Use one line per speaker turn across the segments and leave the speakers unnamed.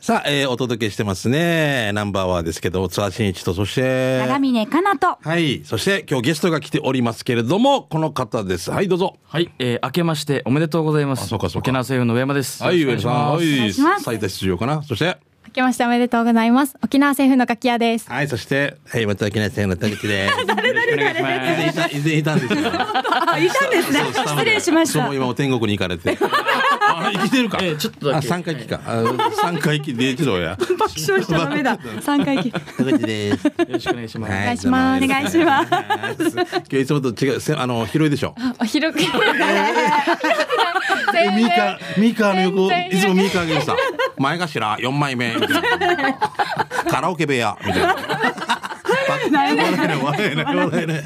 さあ、えーお届けしてますね。ナンバーワンですけど、津波真一と、そして、
長峰かなと。
はい。そして、今日ゲストが来ておりますけれども、この方です。はい、どうぞ。
はい、えー、明けましておめでとうございます。
あそうかそうか
沖縄声優の上山です。
はい、
よ
上
ろ
田
し
さ
くお願
ん。
いしま
しま、
はい
す
す
最多出場かな。そして、
明けましておめでとうございます。沖縄政府の柿谷です。
はい、そして、はい、また沖縄戦の田口です。
よろしくお願いします。
以前いた、以前いたんですよ。
あ、いたんですね。失礼しまし
そ
た
う、。今も天国に行かれて。あ、生きてるか。
えーちょっとだけ
あ、三回忌か。あ三回忌で一度や。
爆笑しちゃダメだ。三回忌。
田口です。
よろしくお願いします。
お
願いします
お願いします
す。 今日いつもと違う、せあの、広いでしょ。
お広く。
えミーカー、ミーカーの横、
全
い
然
つもミーカーがさ、前頭4枚目、みたいな。カラオケ部屋、みたいな。笑えない、笑えない、笑えない。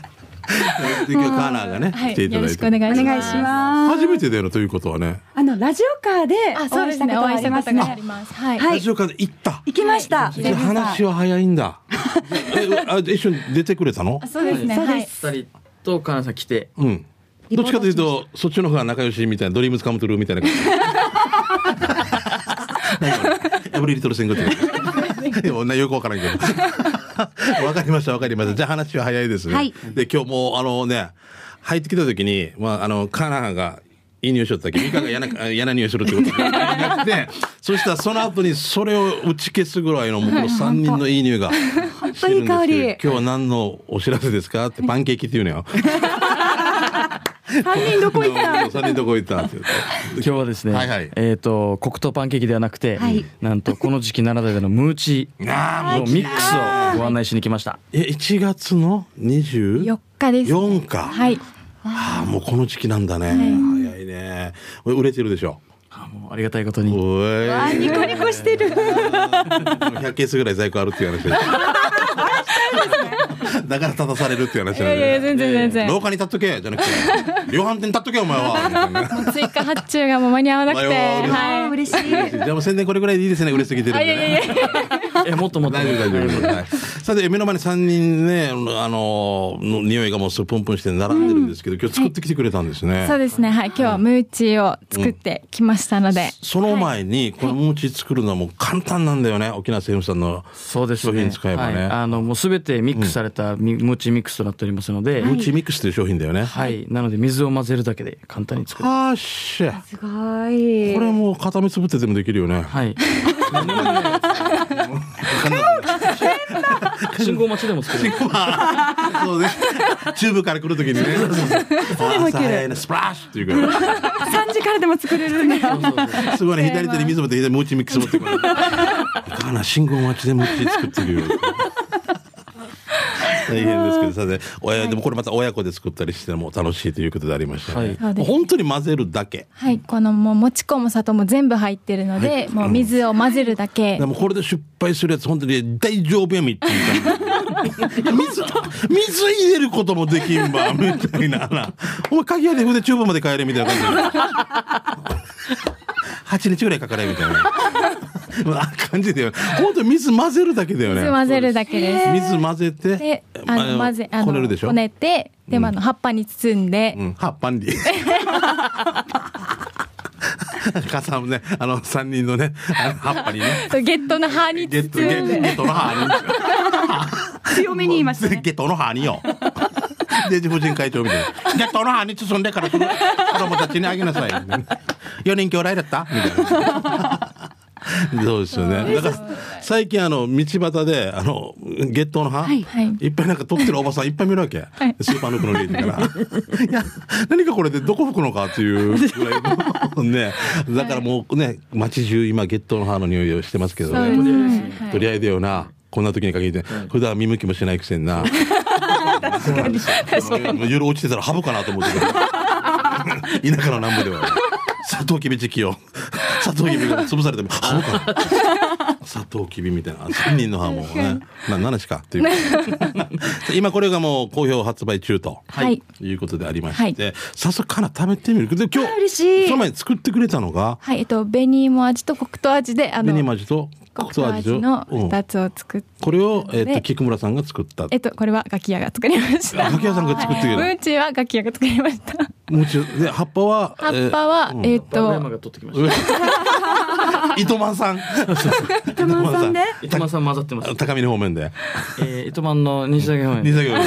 で今日カーナーがね、
は
来てい
い、
ただ
よろ
い
しく
て
お。願いし
お願
ま
い
す。
します。
初めてだよねということはね。
あの、ラジオカーで
あ、
お
そう
会い
で
した
す
こ
ね。
と
お
が
会い
あ
し
り
た
ま
こ
す
とがあ
ね
り。ます。はい。
はい
ラジオから行った。
行きました。
い
じゃあ話は早いんだ。えあ一緒に出てくれたの
あ、？そうですね。
そう
は
で
い。
す。
二人とカナさん来て、
うん。どっちかというとそっちの方が仲良しみたいなドリームズカムトゥルーみたいな 感じ。エブリリトル戦後って。女よくわからんけ ど。わかりましたわかりました。じゃあ話は早いですね。
はい
で今日もうあのね入ってきた時にまああのカーナーがいい匂いしとったっけミカが嫌なあ嫌な匂いするってことがなくてそしたらその後にそれを打ち消すぐらいのもうこの3人のいい匂いが本
当いい香り
今日は何のお知らせですかってパンケーキって言うのよ
三人どこ行った。
3人どこ行ったって言って
今日はですね、
はいはい
えっ、と黒糖パンケーキではなくて、
はい
なんとこの時期ならではのムーチ
なあ
の
もうみ
ミックスをご案内しに来ました。
え1月の24
四日です。
か、
はい。
ああもうこの時期なんだね、早いねこれ売れてるでしょ
あもうありがたいことに。
おい
あ、ニコニコしてる。
100ケースぐらい在庫あるっていう話だから立たされるっていう話
い
な
や
ん
い
で、ね、
や、全然全然。
廊下に立っとけじゃなくて量販店立っとけお前はみたい なね
追加発注がもう間に合わなくて。
迷う
はい。
嬉しい。
じゃあもう宣伝これぐらいでいいですね売れすぎてるん
あ、
で、
いやい
ね、
やいや。
えもっともっと。
大丈夫大丈夫、はい、さて目の前に3人ねあのの匂いがもうすプンプンして並んでるんですけど、今日作ってきてくれたんですね、
そうですね。はい。今日はムーチーを作ってきましたので。
その前にこのお餅作るのはもう簡単なんだよね沖縄政府さんの
そうですね。
商品使えばね
はい、あのもうすべてミックスされたミ、ムーチミックスとなっておりますので、は
ム
い、
チミックスという商品だよね、
なので水を混ぜるだけで簡単に作れる。
はっしゃ
すごい
これもう片目つぶってでもできるよね
はい。信号待ちでも作れる。
そうねチューブから来るときにね朝早いねスプラッシュっていうから
三時からでも作れるんだ。
すごいね、左手に水持って、左手にムーチミックス持ってくる。かな、信号待ちでムーチ作ってるよ。大変ですけど、さて、親、でもこれまた親子で作ったりしても楽しいということでありましたね。
はい
本当に混ぜるだけ。
はい。このもう、もち粉も砂糖も全部入ってるので、もう水を混ぜるだけ
で。もこれで失敗するやつ、本当に大丈夫やみっていうか。 水、水入れることもできんば、みたいなな。お前、鍵屋で腕チューブまで帰れ、みたいな感じ。8日ぐらいかかれ、みたいな。あ感じだよね。本当に水混ぜるだけだよね。
水混ぜるだけです。
水混ぜて、
で、あの、
ま
混ぜ、あの、
こねるでしょ。
こねて、で、まああの、葉っぱに包んで
う、ん、葉っぱに。 母さんもね、あの三人のね、あの葉っぱにね。
ゲットの葉に
ゲ
包
ット、ゲ
んで。
ットの葉に。
強めに言いましたね。
ゲットの葉によ。 で、婦人会長みたいな。ゲットの葉に包んでから、その子供たちにあげなさい。四人兄弟だったみたいな。 そうですよね。だから、最近あの、道端で、あの、ゲットの葉、
はい
はい
いっぱいなんか取ってるおばさんいっぱい見るわけ。
い
スーパー抜くのレーから。いや、何かこれでどこ吹くのかっていうぐらいの ね。だからもうね、街中今ゲットの葉の匂いをしてますけど
そうで
ね。
すねは
と
い
りあえずよな。こんな時に限って、普段見向きもしないくせにな。確かに。夜落ちてたらハブかなと思ってた。田舎の南部では。サトウキビ時期よ。サトウキビが潰されても、ハブかな。砂糖きびみたいなあ三人のハーモンねな何しかっていう今これがもう好評発売中と、
はい
いうことでありまして、早速から食べてみるで今日
嬉しい
その前に作ってくれたのが
はい、えっと、紅芋味と黒糖味で、あの
紅、マジと
ココア味
そうなん
の
ですようん
2つを作って、
これを、えっと
で
菊村さんが作った
えっとこれはガキヤが作りました
竹谷さんが作ってく
ム
れ
ーチーはガキヤが作りました
るもう一度で葉っぱは
葉っぱはえっ
バブヤ
と
マが取ってきました。
うん糸満さん糸
満さんで
糸満さん混ざってます。
高見の方面で
えー、糸満の西崎方面。
二作業 ね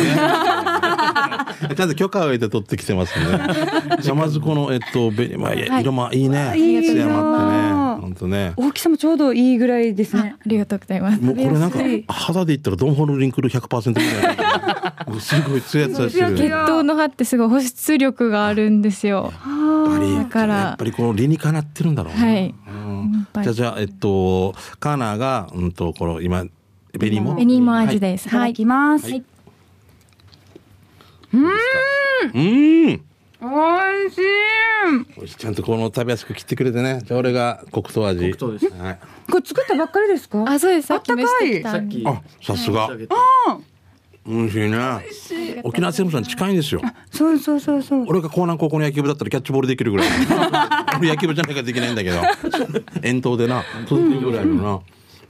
ちゃんと許可を得て取ってきてますねじゃまずこのえっと紅まあいや
はい
色もいいね
いい色
艶もあってね本当ね
大きさもちょうどいいぐらいです
あ
ね。
ありがとうございます
もうこれなんか
食べやすい
肌で言ったらドンホルリンクル100%ぐらいもう すごいツヤツヤしてる
血糖の葉ってすごい保湿力があるんですよ
やっぱり
だから
やっぱりこの理にかなってるんだろうな
はい
うん
やっぱり
じゃあじゃあえっとカーナーがうんとこの今ベニモ
ベニモ味です
いた
は
だ
い
きます。
はい
美
うん
味しい。
ちゃんとこの食べやすく切ってくれてねじゃあ俺が黒糖味
黒糖です
はい、
これ作ったばっかりですか。
あそうですさっき
あった
召し
かい
てきた
さっ
んで
き。
あさすが美味しいね沖縄セブさん近いんですよ
そうそうそうそう。
俺が江南高校の野球部だったらキャッチボールできるぐらい 俺野球部じゃないからできないんだけど遠投でな取ってるぐらいのな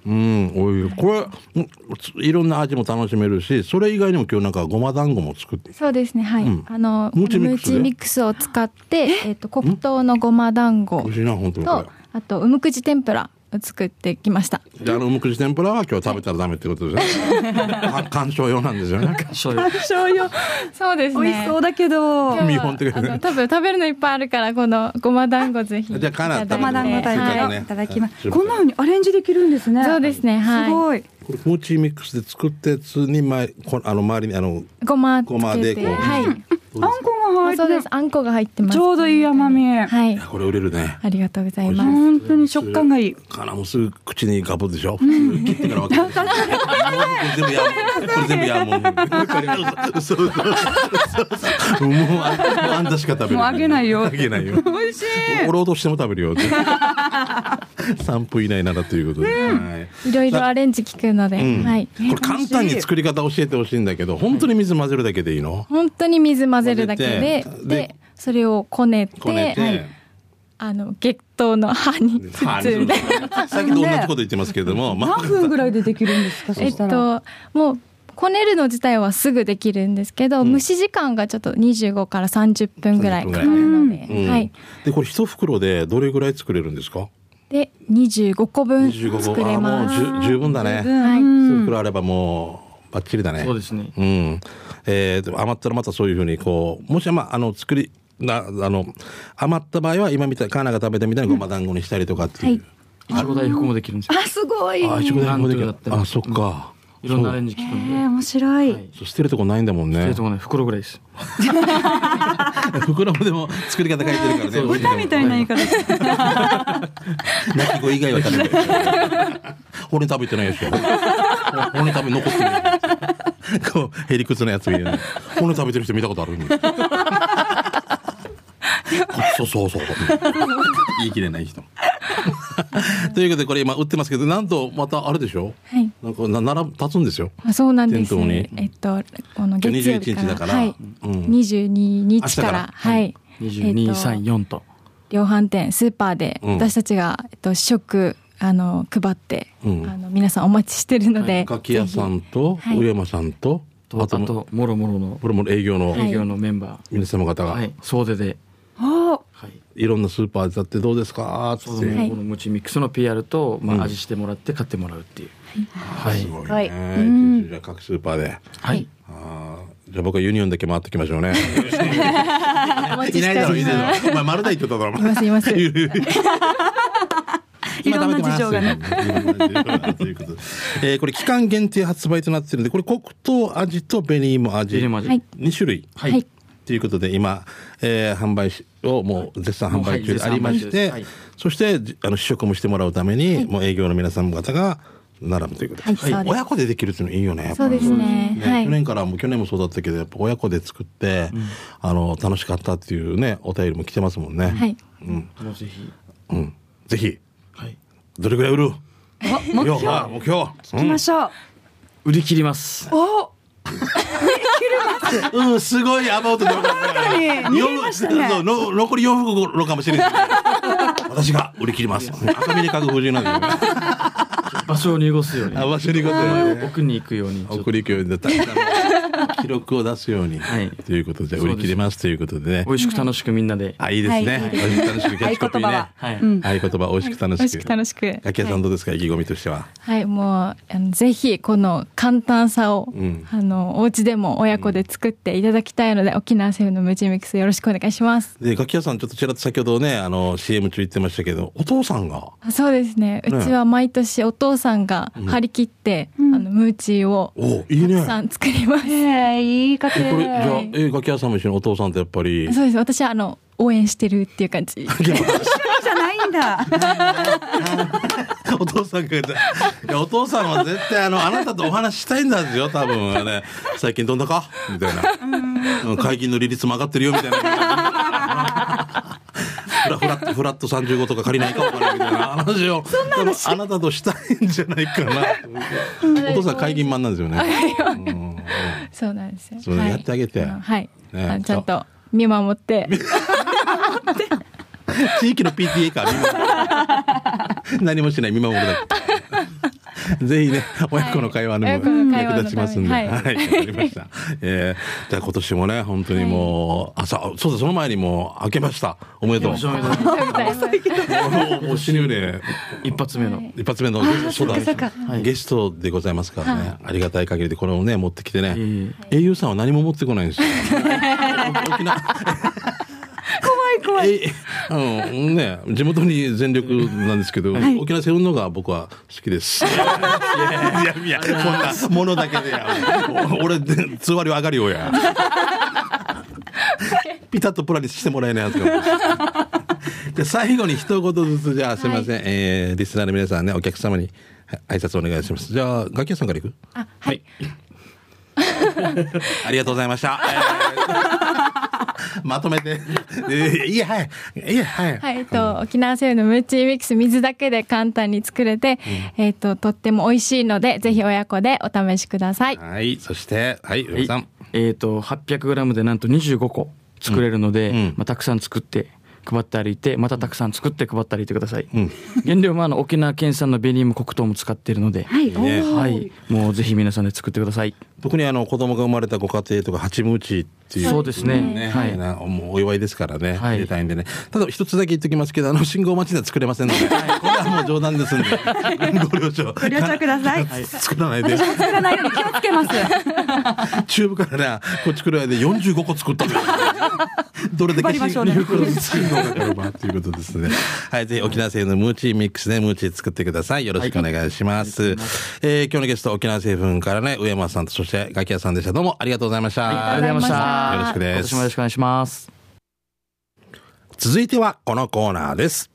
うん、おいこれうんついろんな味も楽しめるしそれ以外にも今日なんかごま団子も作って
そうですねはい、
うん
あの
ム
ム
ーチミッ
ー
クスで
チミックスを使ってえっと黒糖のごま団子
美味しいな本当にこと
あとうむくじ天ぷらを作ってきました
れであのうむくじ天ぷらは今日食べたらダメってことです ねか鑑賞用なんですよね
醤油。
醤油
そうです ね
美味しそうだけど。
見本ってことね
あの多分食べるのいっぱいあるからこのごま団子ぜひ
じゃあカナ食べて
玉団子タイプ
は
の
い
いただきます。
はい
こんな風にアレンジできるんですね。
そうですねはい
すごい。
これモチミックスで作ったやつに前こあの周りにあの
ごまつ
ごまで
け
こ
て
う、
はい
あんこが入
あそう
っ
で
て
すあんこが入ってま
る。
す
ちょうどいい甘み。
はい
これ売れるね
ありがとうございます
本当に食感がいい。
カナもすぐ口にガブでしょ切ってから分けてこ れ全部やもんこれ全部やもんそうそうそうもうあもうあんたしか食べる
もうあげないよ
あげないよ
美味しい。
俺落としても食べ るよ3分以内ならということで、はい
いろいろアレンジ効くので、
うん
はい
これ簡単に作り方教えてほしいんだけど本当に水混ぜるだけでいいの
本当に水混ぜるだけで
混ぜて
で
で
それをこねて
こねて、
はいあの月桃の歯に包んで
さっきと同じこと言ってますけれども、ま
何分ぐらいでできるんですか。そ
えっ
したら。
ともうこねるの自体はすぐできるんですけど、蒸し時間がちょっと25から30分ぐらいかかるので、
うん
はい、
でこれ一袋でどれぐらい作れるんですか？
で25個分
25個
作れ
あ
ます。
もう十十分だね。
は
一
いう
ん
袋あればもうバッチリだね。
そうですね。
うん。えーと余ったらまたそういうふうにこうもしまああの作りなあの余った場合は今みたいカーナが食べたみたいなごま団子にしたりとかっていう。
いちご大福もできるんですよ。
あすごい。
あいちご団子できる
なんというか
あそっか。
いろんなアレンジ効く
え
んで。
ー面白い。
そう捨てるとこないんだもん
え
ね
ー。とね、袋ぐらいです。
袋もでも作り方書いてるからね。
歌みたいな言い方。
泣き声以外は食べてない。骨食べてないやつよ。骨食べ残ってない。こうへりくつのやつ見るね。骨食べてる人見たことある。そうそうそう。言い切れない人。ということでこれ今売ってますけど、なんとまたあれでしょ。
はい
なんかな並ぶ立つんですよ。
あそうなんです。
店頭に
えっとこの
今
月
日21
曜
日
日から
だから。
はい、
うん。
22日か
明
ら
日から
はい、
22、3、4と。
量販店スーパーで
うん
私たちが、えっと、試食あの配って、
うん
あの皆さんお待ちしてるので、
柿屋さんと
はい
上山さんと、
とあ
あとも
と、もろもろの
これも営業の
はい
営業のメンバ
皆様方
ー。
が、、
はいい。総出で。
ああ。
はい。
ろんなスーパーでだってどうですかっつ
そ
っ
う
て
で。す
は
ね。
い
このムチミックスの PR と、ま
うん
あ、味してもらって買ってもらうっていう。は
す
い。
ごいね。
はい
うん
じゃあ各スーパーで。
はい。
あーじゃあ僕はユニオンだけ回ってきましょうね。
お待ちしております。
お前丸大って言っただろ。
いますいます
いろんな事情がね
今食べてます。ということでえーこれ期間限定発売となってるんで、これ黒糖味と紅芋味。
ベリーマジ。
は
はいい。
2種類。
はい、
ということで今、えー販売しをもう絶賛販売中であ
はい
りまし
絶
て、
賛販売中です
そしてじあの試食もしてもらうために、もう営業の皆さん方が並ぶということで、
はいそうです
親子でできるっていうのいいよねやっぱ
そう
り
ですね
ね
はい
去年からも去年もそうだったけどやっぱ親子で作って、あの楽しかったっていうねお便りも来てますもんね、
はい
うん
もうぜひ。
うん、ぜひ
はい。
どれぐらい売る
目標
いやあ目標
聞きましょう。
売り切ります。
おお。
うん、すごいアバウトで分かった
かに逃げましたね
そうの残り4 袋かもしれない私が売り切ります赤峰家具夫人なんで
場所を濁すように
あ場所にことよね
奥に行くようにちょっと
送り行くようにたくさんの記録を出すように、
はい
ということで売り切れますということでね
美味しく楽しくみんなで
あいいですね、
はい
美味しく楽しくキャッチコピーね
はい
合言葉美味しく楽
美味
し
し
く
く楽しく。
ガキ屋さんどうですか、意気込みとしては
はい、もうあのぜひこの簡単さを、
うん
あのお家でも親子で作っていただきたいので、沖縄セルのムチミックスよろしくお願いします。
でガキ屋さんちょっとちらっと先ほどねあの CM 中言ってましたけどお父さんが
あそうですね。う
ね
ちは毎年お父さんが張り切って、
うん
あのムーチーを
おいいね
たくさん作ります。
ええいい家
えこれじゃ
庭。
あえガキ屋さんも一緒にお父さんとやっぱり
そうです。私はあの応援してるっていう感じ。
いや
じゃないんだ。
お父さんがいやお父さんは絶対あのあなたとお話ししたいんだよ多分ね最近どんだかみたいな解禁の利率も上がってるよみたいな フラフラットフラット35とか借りないかわからないみたいな話を多分あなたとしたいんじゃないかなお父さん解禁マンなんですよね。うん
そうなんですよ。
そうねやってあげて
あのはい。
ね
あのちゃんと見守 って。
地域の PTA か見守る何もしない見守るだけぜひね親子の会話に
はい親子の
も
会話のため
役立ちますんで、は、
はいい
わ、かりました。えー、じゃあ今年もね本当にもう、朝そうだその前にもう明けましたおめでとう。
おめでとう
も
ございます
うもう死ぬね
一発目の
一発目のそうだ
はい
ゲストでございますからね、ありがたい限りでこれをね持ってきてね、
ええ
英雄さんは何も持ってこないんで すよ沖縄
怖い怖い。
ええあのね地元に全力なんですけど、沖縄背負うのが僕は好きです。いやいやこんなものだけでやお 俺で通話料上がるよう や。ピタッとプラにしてもらえないやつが。で最後に一言ずつじゃあすみません、えーリスナーの皆さんねお客様にはい挨拶お願いします。じゃあガキ屋さんからいく。
あはい。
ありがとうございま した。えー まとめて、えーいいえはいいいえはい。
はい、えっと、沖縄セルのムーチーミックス水だけで簡単に作れて、えっと、とっても美味しいので、ぜひ親子でお試しください。
はい、そして、はい、上さん。
えっと 800g でなんと25個作れるので
うんうん
まあたくさん作って配って歩いてまたたくさん作って配って歩いてください
ん
原料もあの沖縄県産のベニウム黒糖も使ってるので
はい。
ね
おー
はい。もうぜひ皆さんで作ってください
特にあの子供が生まれたご家庭とか、八ムーチっていう。
そうですねはい
なもうお祝いですからね。
はい
入れたいんでね。ただ一つだけ言っておきますけど、あの信号待ちでは作れませんので、これはもう冗談 ですんで。ご了承。
ご了承ください。
作らないで。
作らないように気をつけます。
チューブからね、こっちくらいで45個作ったのよどれだけ
配りましょうね
信号がかかるかということですね。はい、ぜひ沖縄製のムーチーミックスでムーチー作ってください。よろしくお願いします。えー今日のゲスト、沖縄製粉からね、上松さんと、そしてガキ屋さんでした。どうもありがとうございました。
ありがとうございました
よろしくです
今年もよろしくお願いします
続いてはこのコーナーです。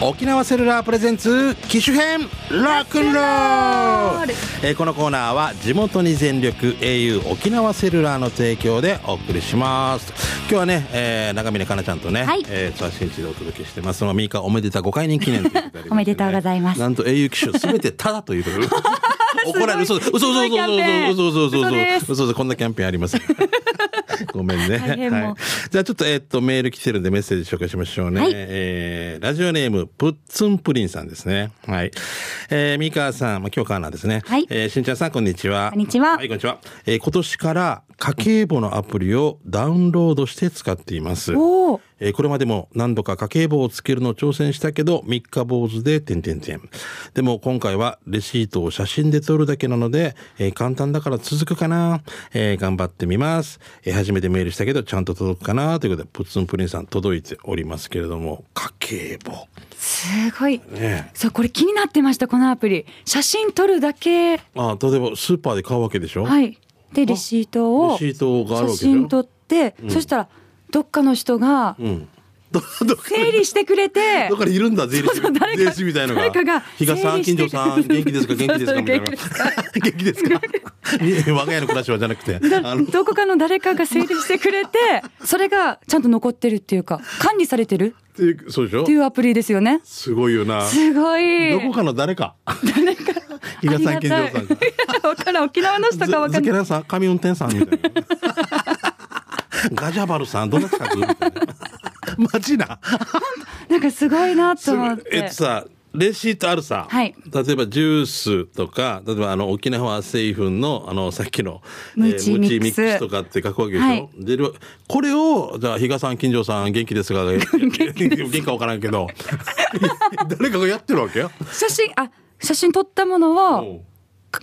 沖縄セルラープレゼンツ機種編ロックンロールえーこのコーナーは地元に全力 au 沖縄セルラーの提供でお送りします今日はね、えー、長峰かなちゃんとね、
はい
えー、ツアー新地でお届けしてますそのミーカおめでたご会人記念ということでありますね
おめでとうございます
なんと英雄騎手すべてタダということで怒られる嘘嘘嘘嘘嘘嘘嘘嘘嘘嘘嘘嘘嘘こんなキャンペーンあります ごめんね、
大変もう
はいじゃあちょっとえっとメール来てるんでメッセージ紹介しましょうね、
はい
えーラジオネームプッツンプリンさんですねはいえー、三河さん、まあ、今日カーナーですね
はい
えーしんちゃんさんこんにちは
こんにちはい
こんにちは、えー今年から家計簿のアプリをダウンロードして使っています
おお。
えーこれまでも何度か家計簿をつけるのを挑戦したけど、三日坊主で、点々点。でも今回はレシートを写真で撮るだけなので、えー簡単だから続くかな、えー頑張ってみます。えー初めてメールしたけど、ちゃんと届くかなということで、プッツンプリンさん届いておりますけれども、家計簿。
すごい。
ねえ
そう、これ気になってました、このアプリ。写真撮るだけ。
ああ、例えばスーパーで買うわけでしょ
はい。で、レシートを。
レシートがあるわ
写
けでしょ
真撮って、そしたら、どっかの人が
うん。 どどっか
整理してくれて
どっかにいるんだ税理士
そうそう誰か
税理士みたいのが
誰かが
比嘉さ
整
ん
理し
金
て
城さん元気ですか元気ですかみたいな
そう
元気ですか 我が家の暮らしはじゃなくてあの
どこかの誰かが整理してくれて それがちゃんと残ってるっていうか管理されてる
っていうそうでしょ
っていうアプリですよね
すごいよな
すごい
どこかの誰か比嘉さん金城 さんが
分からん沖縄の人か分
ズ
か
ズ
ん
ケ
ない
ラさん神運転さんみたいな ガジャバルさんどんな近くみたいな マジな
なんかすごいなと思っ
えってとさレシートあるさ、
はい
例えばジュースとか例えばあの沖縄製粉のあのさっきの
ムチ
えー
ミックス
ムとかって書くわけでしょ、
はい
でこれをじゃあ比嘉さん金城さん元気です が元気かわからんけど 誰かがやってるわけよ
写真あ写真撮ったもの
お
を
う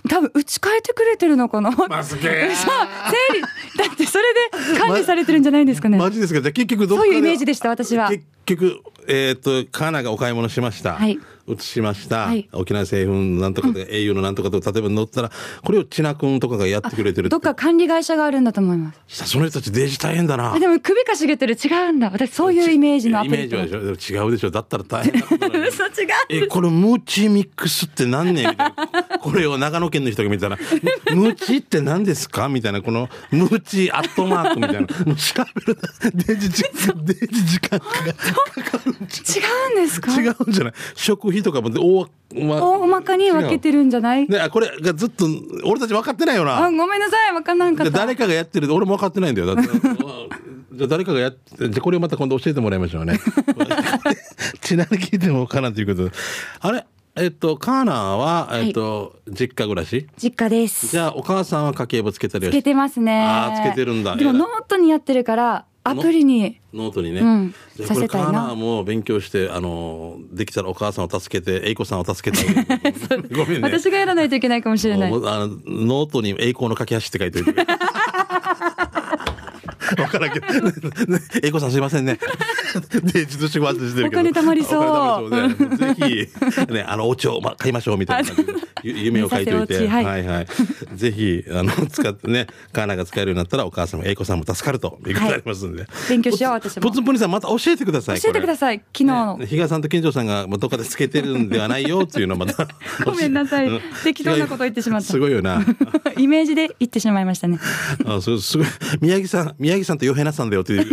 多分打ち替えてくれてるのかな
マスケ
そう整理だってそれで管理されてるんじゃないですかね、
マジですかじゃあ結局どっか
そういうイメージでした私は
結局えっ、とカナがお買い物しました、
はい
移しました、
はい
沖縄製粉なんとかで au のなんとかと例えば乗ったらこれを千奈君とかがやってくれてる
どっか管理会社があるんだと思います
さその人たちデジ大変だな
あでも首かしげてる違うんだ私そういうイメージの
イ
アプ
メー
リ
ジはでしょでも違うでしょだったら大変なことだよ
嘘違う
えこれムチミックスって何ねみたいな これを長野県の人が見たら 「ムチって何ですか?」みたいなこの「ムチアットマーク」みたいなもう調べるだデジ時間デジ時間がかかるんち
違うんですか
違うんじゃない食費とかもで大ま
大まかに分けてるんじゃない、
ねあこれがずっと俺たち分かってないよな
あごめんなさい分かんなかっ
で
た
誰かがやってる俺も分かってないんだよだ ってじゃあ誰かがやってじゃあこれをまた今度教えてもらいましょうね ちなみに聞いてもかなということであれえっとカーナーは、えっと実家暮らし
実家です
じゃあお母さんは家計簿つけたり
つ
は
け
して
ますね
あーつけてるんだ
でもノートにやってるからアプリに
ノートにね、
うん
じゃあ
さ
これ
せ
カ
たいな
ーナーも勉強してあのできたらお母さんを助けて英子さんを助けてあ げる ごめんね
私がやらないといけないかもしれない
もうあのノートに栄光の架け橋って書いておいて。わからんけど、栄光さんすいませんね。で、ずっと仕事してるけど。
お金貯まりそう
お金貯まりそうでぜひ、ね、あの、お茶をま買いましょうみたいな感じで。ゆ夢を書いておい
目
て。
指せお茶はい
はいはい。ぜひ、あの、使ってね、カーナが使えるようになったら、お母さんも栄子さんも助かるということになりますんで。
勉強しよう私も
ポツンポニーさん、また教えてください。
教えてくだ
い。
さい昨日の、
ね、比嘉さんと金城さんがまあどっかでつけてるんではないよっていうのを また
ごめんなさい
うん
適当なこと言ってしまった
すごいよ な
イメージで言ってしまいまし たね
あそうすごい宮城さん宮城さんとヨヘナさんだよっていうあ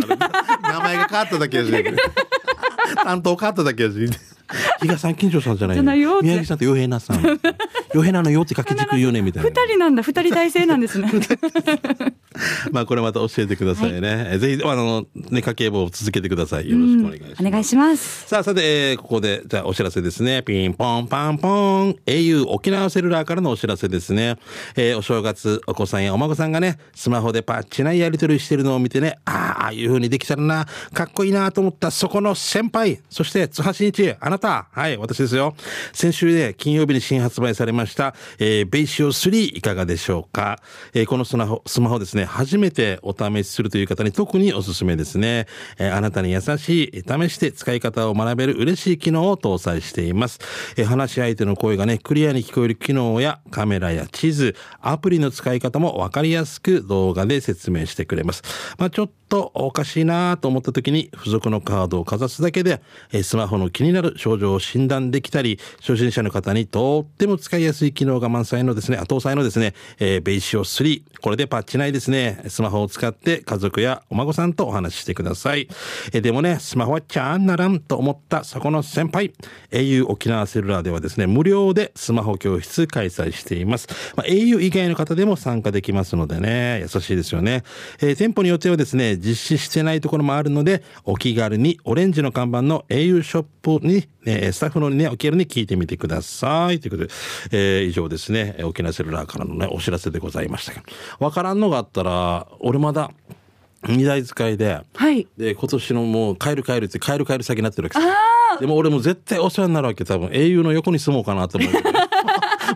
の名前が変わっただけやし担当変わっただけやし比嘉さん金城さんじゃない
じゃないよって
宮城さんとヨヘナさんヨヘナの「よ」って書き軸よねみたいな
二人なんだ二人体制なんで すね
まあこれまた教えてくださいね、えぜひあのね家計簿を続けてくださいよろしくお願いします、
お願いします
さあ、さて、えーここで、じゃあお知らせですね。ピンポンパンポン。au 沖縄セルラーからのお知らせですね。えーお正月、お子さんやお孫さんがね、スマホでパッチなやり取りしてるのを見てね、ああ、ああいう風にできたらな、かっこいいなと思ったそこの先輩、そして、津橋日、あなた、はい、私ですよ。先週で金曜日に新発売されました、えーベイシオ3いかがでしょうか。えーこのスマホ、スマホですね、初めてお試しするという方に特におすすめですね。えーあなたに優しい、えー試して使い方を学べる嬉しい機能を搭載しています。えー話し相手の声がね、クリアに聞こえる機能やカメラや地図、アプリの使い方もわかりやすく動画で説明してくれます。まあ、ちょっとおかしいなと思った時に付属のカードをかざすだけで、えースマホの気になる症状を診断できたり、初心者の方にとっても使いやすい機能が満載のですね、あ搭載のですね、えーベイシオ3。これでパッチないですね。スマホを使って家族やお孫さんとお話ししてください。えーでもね、スマホはちゃんならんと思ったそこの先輩。au 沖縄セルラーではですね、無料でスマホ教室開催しています。まあ、au 以外の方でも参加できますのでね、優しいですよね。えー店舗によってはですね、実施してないところもあるので、お気軽にオレンジの看板の au ショップに、えースタッフのね、お気軽に聞いてみてください。ということで、えー以上ですね、えー沖縄セルラーからのね、お知らせでございましたけど、わからんのがあったら、俺まだ、二台使いで、
はい
で今年のもう帰る帰るって帰る帰る先になってるわけですでも俺も絶対お世話になるわけ多分英雄の横に住もうかなと思う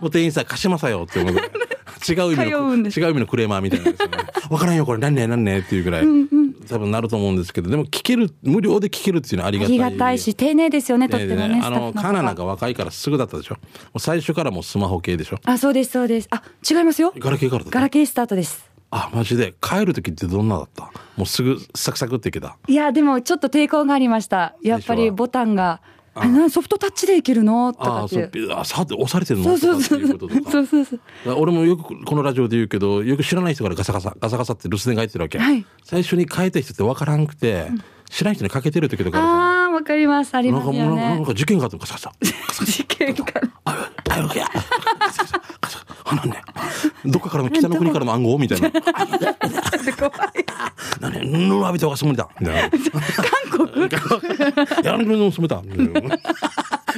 もう店員さん貸しまさよって思うぐらい違う意味
通
の
うんです
違う意味のクレーマーみたいなですよねわからんよこれ何ね何ねっていうぐらい多分なると思うんですけどでも聞ける無料で聞けるっていうのはあり
あ
がたい
りがたいし丁寧ですよねとってもね
ね
スタ
あ
ッフの
の
方
カナなんか若いからすぐだったでしょもう最初からもうスマホ系でしょ
あそうですそうですあ違いますよ
ガラケーからだった
ガラケースタートです
あマジで帰る時ってどんなだったもうすぐサクサクっていけた
いやでもちょっと抵抗がありましたやっぱ
最初
り
は
ボタンが「
あ
あなソフトタッチでいけるの?」と
あ
か
あ
って
そ
いうう
ピュあさて押されてる
そ
の
うそう
とか
そ
っていうこ
う
ととか
そうそうそう
だから俺もよくこのラジオで言うけどよく知らない人からガサガサガサガサって留守電が入ってるわけ、
はい
最初に書いた人って分からんくて、知らない人にかけてる時とかあるから
あーわかりますあり
なん
ま
か
す
も
よ
うな んかなん
ね
か事件があってもガサガサ。
事件から
あ、あよくや。ガサガサガサあなんね。どっかからの北の国からの暗号みたいな。なに、ヌラビトが住めた。みたいな。韓国。やらぬの住めた。みたいな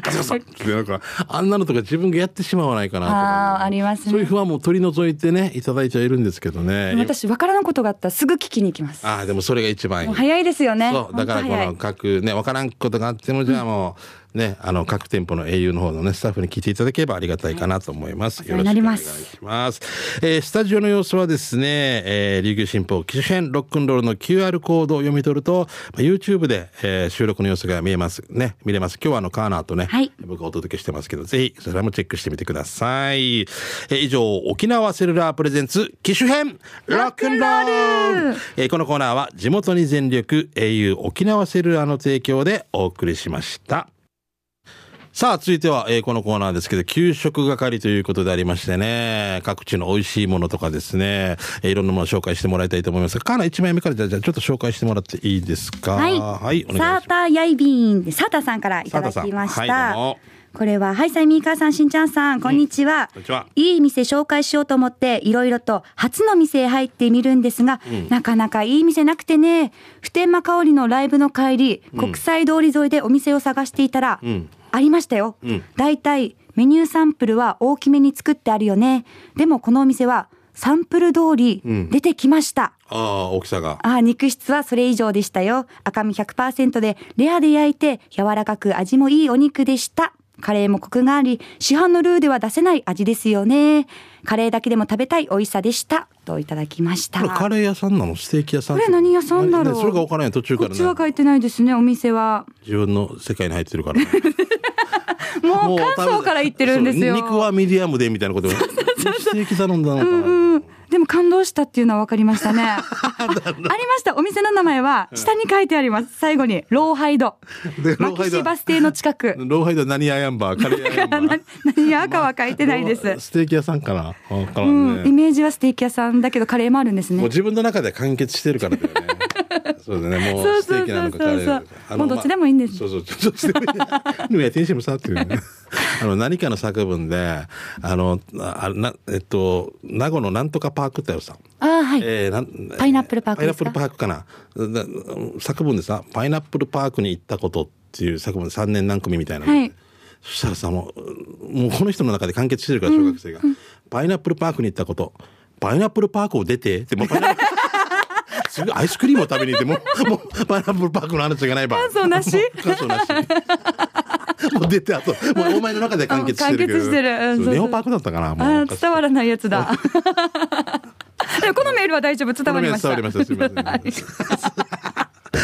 ガサガサ。でなんかあんなのとか自分がやってしまわないかなと
あ
か。
ーあります
そういう
ね
不安も取り除いてね、いただいちゃいるんですけどね。
私わからないことがあったらすぐ聞きに行きます
あーでもそれが一番いい
もう。早いですよね
そうだからこ
本当早
の
い
各ねわからんことがあってもじゃあもうねあの各店舗の au の方のねスタッフに聞いていただければありがたいかなと思います。
い
よろしくお願いします。えースタジオの様子はですね、えー琉球新報機種編ロックンロールの QR コードを読み取ると、まあ YouTube で、えー収録の様子が見えますね見れます。今日はあのカーナーとね、
はい
僕がお届けしてますけどぜひそちらもチェックしてみてください。えー以上沖縄セルラープレゼンツ機種編ロックンロール。えーこのコーナーは地元に全力 au 沖縄セルラーの提供でお送りしました。さあ、続いては、えーこのコーナーですけど、給食係ということでありましてね、各地の美味しいものとかですね、えーいろんなものを紹介してもらいたいと思いますが、カーナ1枚目からじゃあ、じゃあちょっと紹介してもらっていいですか
は
はい、お
い
願いし
サ
ま
ーターヤイビーン、サーターさんからい
す。
ただきまし
サータさんはい、
た。
どうも
これは、はい、サイミーカーさん、しんちゃんさん、こんにちは。
こんにちは。
いい店紹介しようと思って、いろいろと初の店へ入ってみるんですが、なかなかいい店なくてね、普天間香りのライブの帰り、国際通り沿いでお店を探していたら、
ん
ありましたよ。
ん
だいたいメニューサンプルは大きめに作ってあるよね。でもこのお店は、サンプル通り
ん
出てきました。
ああ、大きさが。
ああ、肉質はそれ以上でしたよ。赤身100%で、レアで焼いて、柔らかく味もいいお肉でした。カレーもコクがあり、市販のルーでは出せない味ですよね。カレーだけでも食べたい美味しさでした。といただきました。
これカ
こ
レー屋さんなのステーキ屋さん
れ何屋さんだろう
ねそれが分からない途中から
こっちは
ね、
書いてないですね、お店は。
自分の世界に入ってるから、ね。
もう関東から行ってるんですよ
そう肉はミディアムでみたいなこと。ステーキ頼んだのかな。
でも感動したっていうのは分かりま したね。ああありました。お店の名前は、下に書いてあります。最後に、ローハイド
で。ロー
マ
ハイ
キ
ド
シバス停の近く。
ローハイドは何アヤンバー、カレーアヤンバー。
何が赤は書いてないです。
ステーキ屋さんかな。わから
うんん、イ
ね。
メージはステーキ屋さんだけどカレーもあるんです
もう
ね。
自分の中で完結してるからだよね。そうだね。も
そうう
ステ
そうそうそう
ーキなのかカレーなのか。あの
もうどっちでもいいんです
まあそうそう、どっちでもいい。でもやっていいしも さっていうね。あの何かの作文で、あのあなえっと名護のなんとかパークってあるさ。
ああ、はい。
えーなん
パイナップルパーク
パイ
で
ナ
す
ップル
か
パークかなな作文でさ「パイナップルパークに行ったこと」っていう作文3年何組みたいなのがあって、
はい
そしたらさもうもうこの人の中で完結してるから小学生が「パイナップルパークに行ったこと」「パイナップルパークを出て」ってもうパイナップ ルすぐアイスクリームを食べに行ってもうもうパイナップルパークの話がないば感
想なし
感想な しもう出てあともうお前の中で完結してるけど
完結してるうん
そう
そうそう
ネオパークだったかなもう
ああ、伝わらないやつだ。 でもこのメールは大丈夫、伝わりました。
伝わりました。すみません。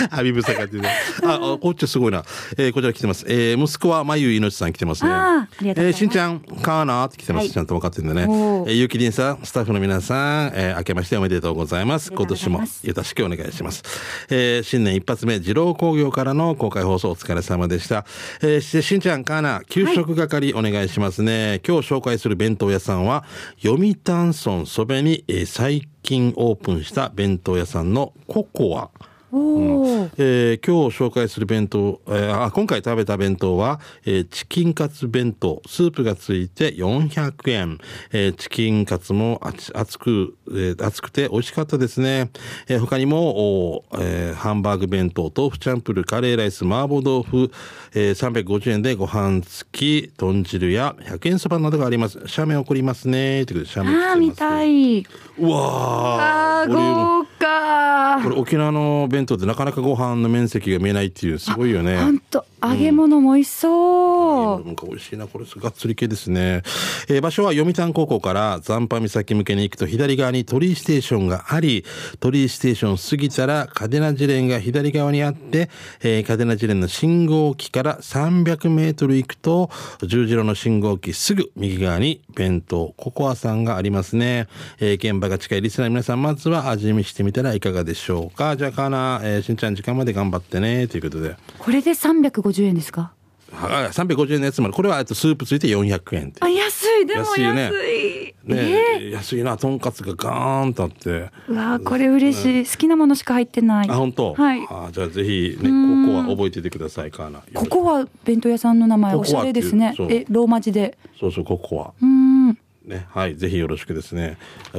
アビブサカっていうね。あ、あこっちすごいな。えーこちら来てます。えー息子はまゆいのちさん来てますね。
あーありがとうございます
えーしんちゃん、かーなーって来てます。
はい
ちゃんと分かってるんでね。え
おー
ーゆきりんさん、スタッフの皆さん、えー明けましておめでとうございます。
ありが
今
とうござ
年
い
も
ます
よろしくお願いします。えー新年一発目、二郎工業からの公開放送お疲れ様でした。えーししんちゃん、かーな、給食係お願いしますね。今日紹介する弁当屋さんは、読谷村そべに、えー最近オープンした弁当屋さんのココア。
おお、
えー今日紹介する弁当、えーあ今回食べた弁当は、えーチキンカツ弁当スープがついて400円、えーチキンカツもあち熱く、えー熱くて美味しかったですね、えー他にもおー、えーハンバーグ弁当豆腐チャンプルカレーライス麻婆豆腐、えー350円でご飯付き豚汁や100円そばなどがあります写メ送りますねということで写メ来てます
ああ、見たいう
わ
あ
ーボリューム
豪華
これ沖縄の弁当ってなかなかご飯の面積が見えないっていうすごいよね。
本当
揚げ物も美味しそ
なんか美味しいなこれがっつり系ですね、えー場所は読谷高校から残波岬向けに行くと左側に鳥居ステーションがあり鳥居ステーションを過ぎたら嘉手納ジレンが左側にあって、えー、嘉手納ジレンの信号機から300メートル行くと十字路の信号機すぐ右側に弁当ココアさんがありますね、えー現場が近いリスナーの皆さんまずは味見してみたらいかがでしょうかじゃあかな、えーしんちゃん時間まで頑張ってねということで
う。これで350円ですか
は350円のやつまでこれはえっとスープついて400円って
あ、安い。でも
安
安い。
いよね
え
ねえ安いなとんかつがガーンとあって
うわあこれ嬉しい。好きなものしか入ってない。
あ本当、
はい
あじゃあぜひね
ん
ここは覚えていてくださいカーナ
ここは弁当屋さんの名前
こ
お
こ
し
は
ゃれですね
っていう。そう
え、ローマ字 で。
そうそうここは
うーん。
ねはいぜひよろしくですね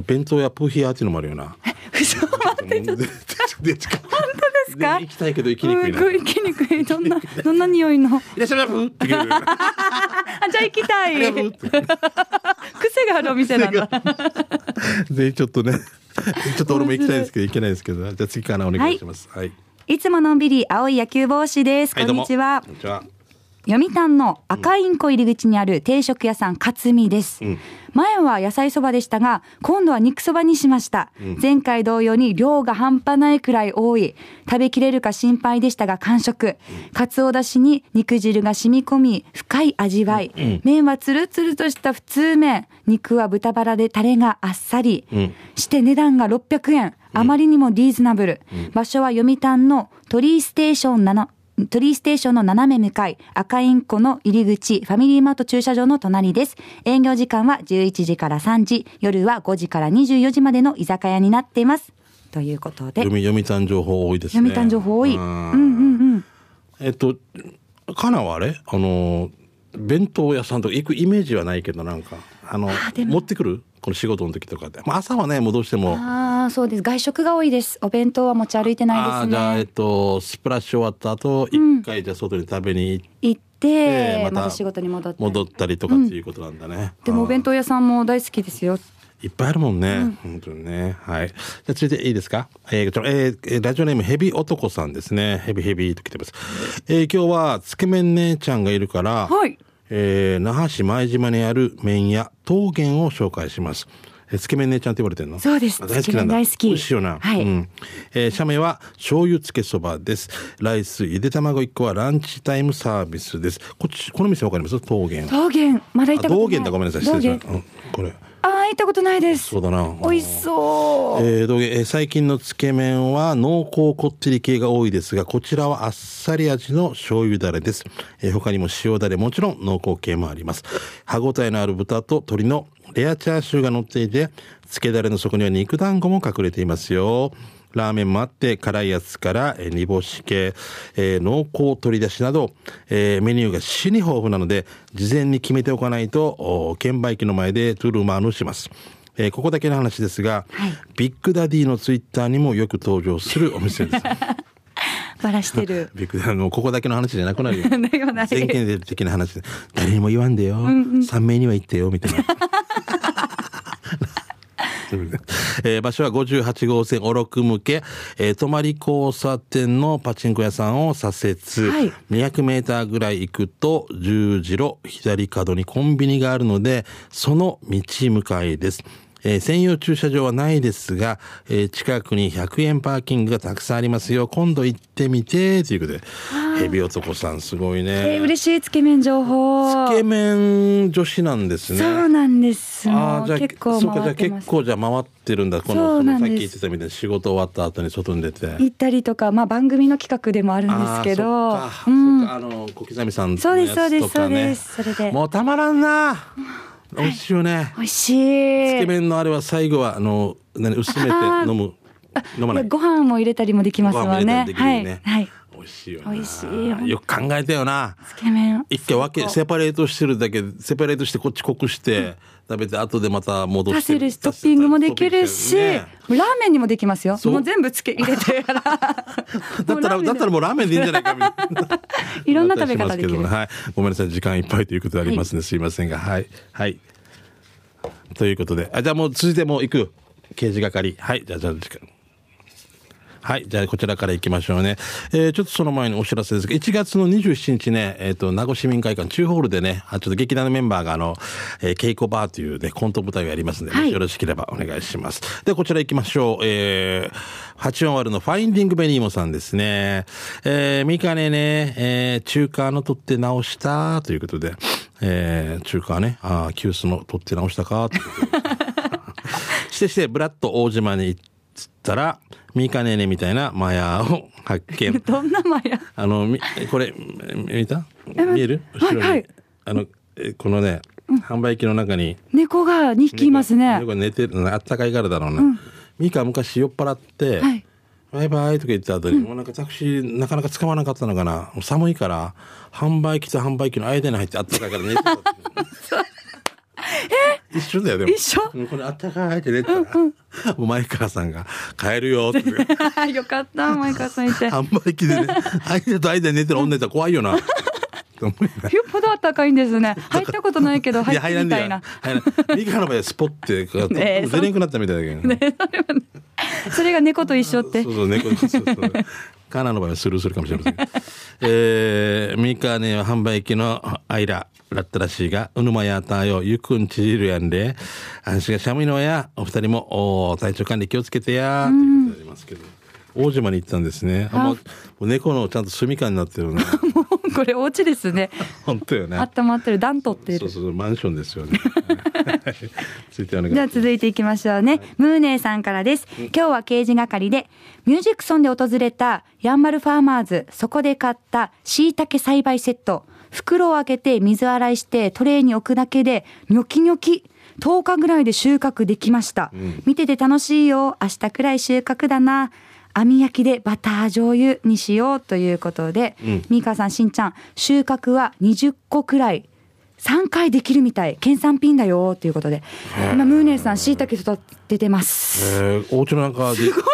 弁当やプーヒーアーっていうのもあるよな
嘘
本当ですか
か
行きたいけど行き
す
にくいな
ごい
い
行きにくい。どんな、どんな匂いの。
らっしゃいませって言うあ
あ、じゃあ行きたい。
りがとう
癖があるお店なんだ。
ぜひちょっとねちょっと俺も行きたいですけど行けないですけどじゃあ次かなお願いしますはい、
いつものんびり青い野球帽子です。
はい、
こんにちは
こ。んにちは
読谷の赤インコ入り口にある定食屋さん勝美です、
うん
前は野菜そばでしたが今度は肉そばにしました、
ん
前回同様に量が半端ないくらい多い食べきれるか心配でしたが完食かつおだしに肉汁が染み込み深い味わい、麺はつるつるとした普通麺肉は豚バラでタレがあっさり、
うん
して値段が600円あまりにもリーズナブル、場所は読谷の鳥居ステーションなの鳥居ステーションの斜め向かい赤インコの入り口ファミリーマート駐車場の隣です営業時間は11時から3時夜は5時から24時までの居酒屋になっていますということで
読み読谷情報多いですね
読谷情報多い
ん
うんうんうん
えっと、かなはあれあの、弁当屋さんとか行くイメージはないけど、なんか、あの、持ってくるこの仕事の時とかって。まあ、朝はね、もうどうしても。
ああそうです外食が多いですお弁当は持ち歩いて
あ
な
あ
い
ー、じゃあ、え
で
っ
すね
と、スプラッシュ終わった後、一、回、じゃあ外に食べに行っ、
行っててまた仕事に戻って
戻ったりとかっていうことなんだね。
でもお弁
当
当屋さんも大好きですよ
いっぱいあるもんね。本当にね。はい。じゃあ、続いていいですかえーちょえーえーラジオネームヘビ男さんですね。ヘビヘビと来てます。えー今日は、つけ麺姉ちゃんがいるから、
はい。
えー那覇市前島にある麺屋桃源を紹介します。えーつけ麺姉ちゃんって言われてるの
そうです
あ大好きなんだ。
つけ麺大好き
美味しいよな。
はい
うんえー社名は醤油つけそばです。ライス、ゆで卵1個はランチタイムサービスです。こっち、この店わかります桃源。
道元、まだ行った
あ
ことない。
道源だ。ごめんなさい。失礼しました。うん、これ。
ああ、行ったことないです
そう。だな。
美味しそう。
えー道芸えー最近のつけ麺は濃厚こってり系が多いですがこちらはあっさり味の醤油だれです、えー他にも塩だれもちろん濃厚系もあります歯ごたえのある豚と鶏のレアチャーシューが乗っていてつけだれの底には肉団子も隠れていますよラーメンもあって辛いやつから、えー煮干し系、えー濃厚鶏だしなど、えーメニューが死に豊富なので事前に決めておかないとお券売機の前でトゥルマーヌしますえーここだけの話ですが、ビッグダディのツイッターにもよく登場するお店です。
バラしてる
ビッグダディのここだけの話じゃなくなるよ。
だよな
全権的な話で誰にも言わんでよ、3名には言ってよみたいな。えー場所は58号線おろく向け、えー泊まり交差点のパチンコ屋さんを左折、
はい
200メーターぐらい行くと十字路左角にコンビニがあるのでその道向かいです、えー専用駐車場はないですが、えー近くに100円パーキングがたくさんありますよ今度行ってみてということでヘビ男さんすごいね、
えー嬉しいつけ麺情報
つけ麺女子なんですね
そうなんです。も
ー
う
じゃあ
結構
そうかじゃあ
回ってます
結。構じゃあ回ってるんだこの
そ
そうの
な
さっ
んです
き言ってたみたいに仕事終わった後に外に出て
行ったりとか、まあ番組の企画でもあるんですけど、
あーそっか、
うん
そっかあの小刻みさんのやつと
そ
か
う
ね
ですそうですそうです。それで
もうたまらんな美味しいよね、
美味しい。
つけ麺のあれは最後はあの何薄めて飲む飲まない
でご飯も入れたりもできますわ
ご飯
ね。
も
は
入れたりで
い
きるよね
はい。
美味しいよな
美味しいよ
よく考えたよな
つけ麺。
一回分けセパレートしてるだけセパレートしてこっち濃くして食べて後でまた戻
足
して
せるし、トッピングもできるし、
トッピングしてね
ラーメンにもできますよ。
そう
もう全部つけ入れて から。
だった
も
ら、
うラー
だ
メンで
ったらもうラーメンでいいんじゃないかみたいな。
いろんな食べ方できる
なったりしますけどもはい。ごめんなさい、時間いっぱいということでありますね。すいませんが、はい。はい。ということで、あ、じゃあもう続いてもう行く。刑事係。はい。じゃあ、じゃあ、時間。はい。じゃあ、こちらから行きましょうね。えーちょっとその前にお知らせですが、1月の27日ね、えっ、と、名護市民会館中ホールでね、あちょっと劇団のメンバーが、あの、えー、稽古バーというね、コント舞台をやりますんで、ね
はい
よろしければお願いします。で、こちら行きましょう。えー、8音割るのファインディングベニーモさんですね。えー、ミカネね、えー、中華の取って直したということで、えー、中華ね、あー、急須の取って直したかということでしてしてブラッと大島に行ったらミカネネみたいなマヤを発 見
どんなマヤ
あのみこれみ見た見える後ろに、
はい
あのえこのね、販売機の中に
猫が2匹いますね
猫。が寝てるあったかいからだろうな、ミカ昔酔っ払って、
はい
バイバイとか言った後に、もうなんかタクシーなかなか捕まらなかったのかなもう寒いから販売機と販売機の間に入ってあったかいから寝てたって 一緒だよでも
一緒
うんこれあったかいって寝てたら、もう前川さんが「帰るよ」って
よかった、前川さんいて。よ
販売機でね間と間に寝てる女いたら怖い よな。と思いながら
っぽど暖かいん ですね。入ったことないけど、入ってみたいな。
や入らんでや入らんミカの場合はスポッてこう
ねえ
出れんくなったみたいだけどね
それが猫と一緒って
そ。うそう、猫そうそう。カナの場合はスルーするかもしれません。えー、ミカネは販売機のアイラ、ラッタらしいが、うぬまやたよ、ゆくんちじるやんで、あんしがしゃみのや、お二人も、おー体調管理気をつけてや、ということでありますけど。大島に行ったんですね。あもうもう猫のちゃんと住みかになってる ね。
もう これお家ですね。
本当よね。
温まってる、暖取って
そう
る。
そうそう、マンションですよね。 ついてお願い
じゃあ続いていきましょうね。ムーネーさんからです。今日は刑事係で、ミュージックソンで訪れたヤンマルファーマーズ、そこで買った椎茸栽培セット。袋を開けて水洗いしてトレーに置くだけで、ニョキニョキ。10日ぐらいで収穫できました。見てて楽しいよ。明日くらい収穫だな。網焼きでバター醤油にしようということで、ミーカーさん、しんちゃん、収穫は20個くらい。3回できるみたい県産ピンだよということで今ムーネーさんしいたけ育ててます
えー、お家の中で。すごい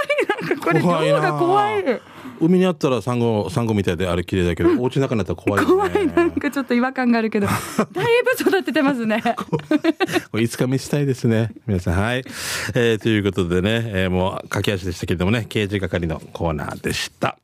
なんか
これ量が怖い。
海にあったらサンゴ、サンゴみたいであれ綺麗だけど、お家の中にあったら怖い、ね。
怖い、なんかちょっと違和感がある けど、だいぶ育ててますね。
これいつか見せたいですね。皆さん、はい。えーということでね、えーもう駆け足でしたけれどもね、刑事係のコーナーでした。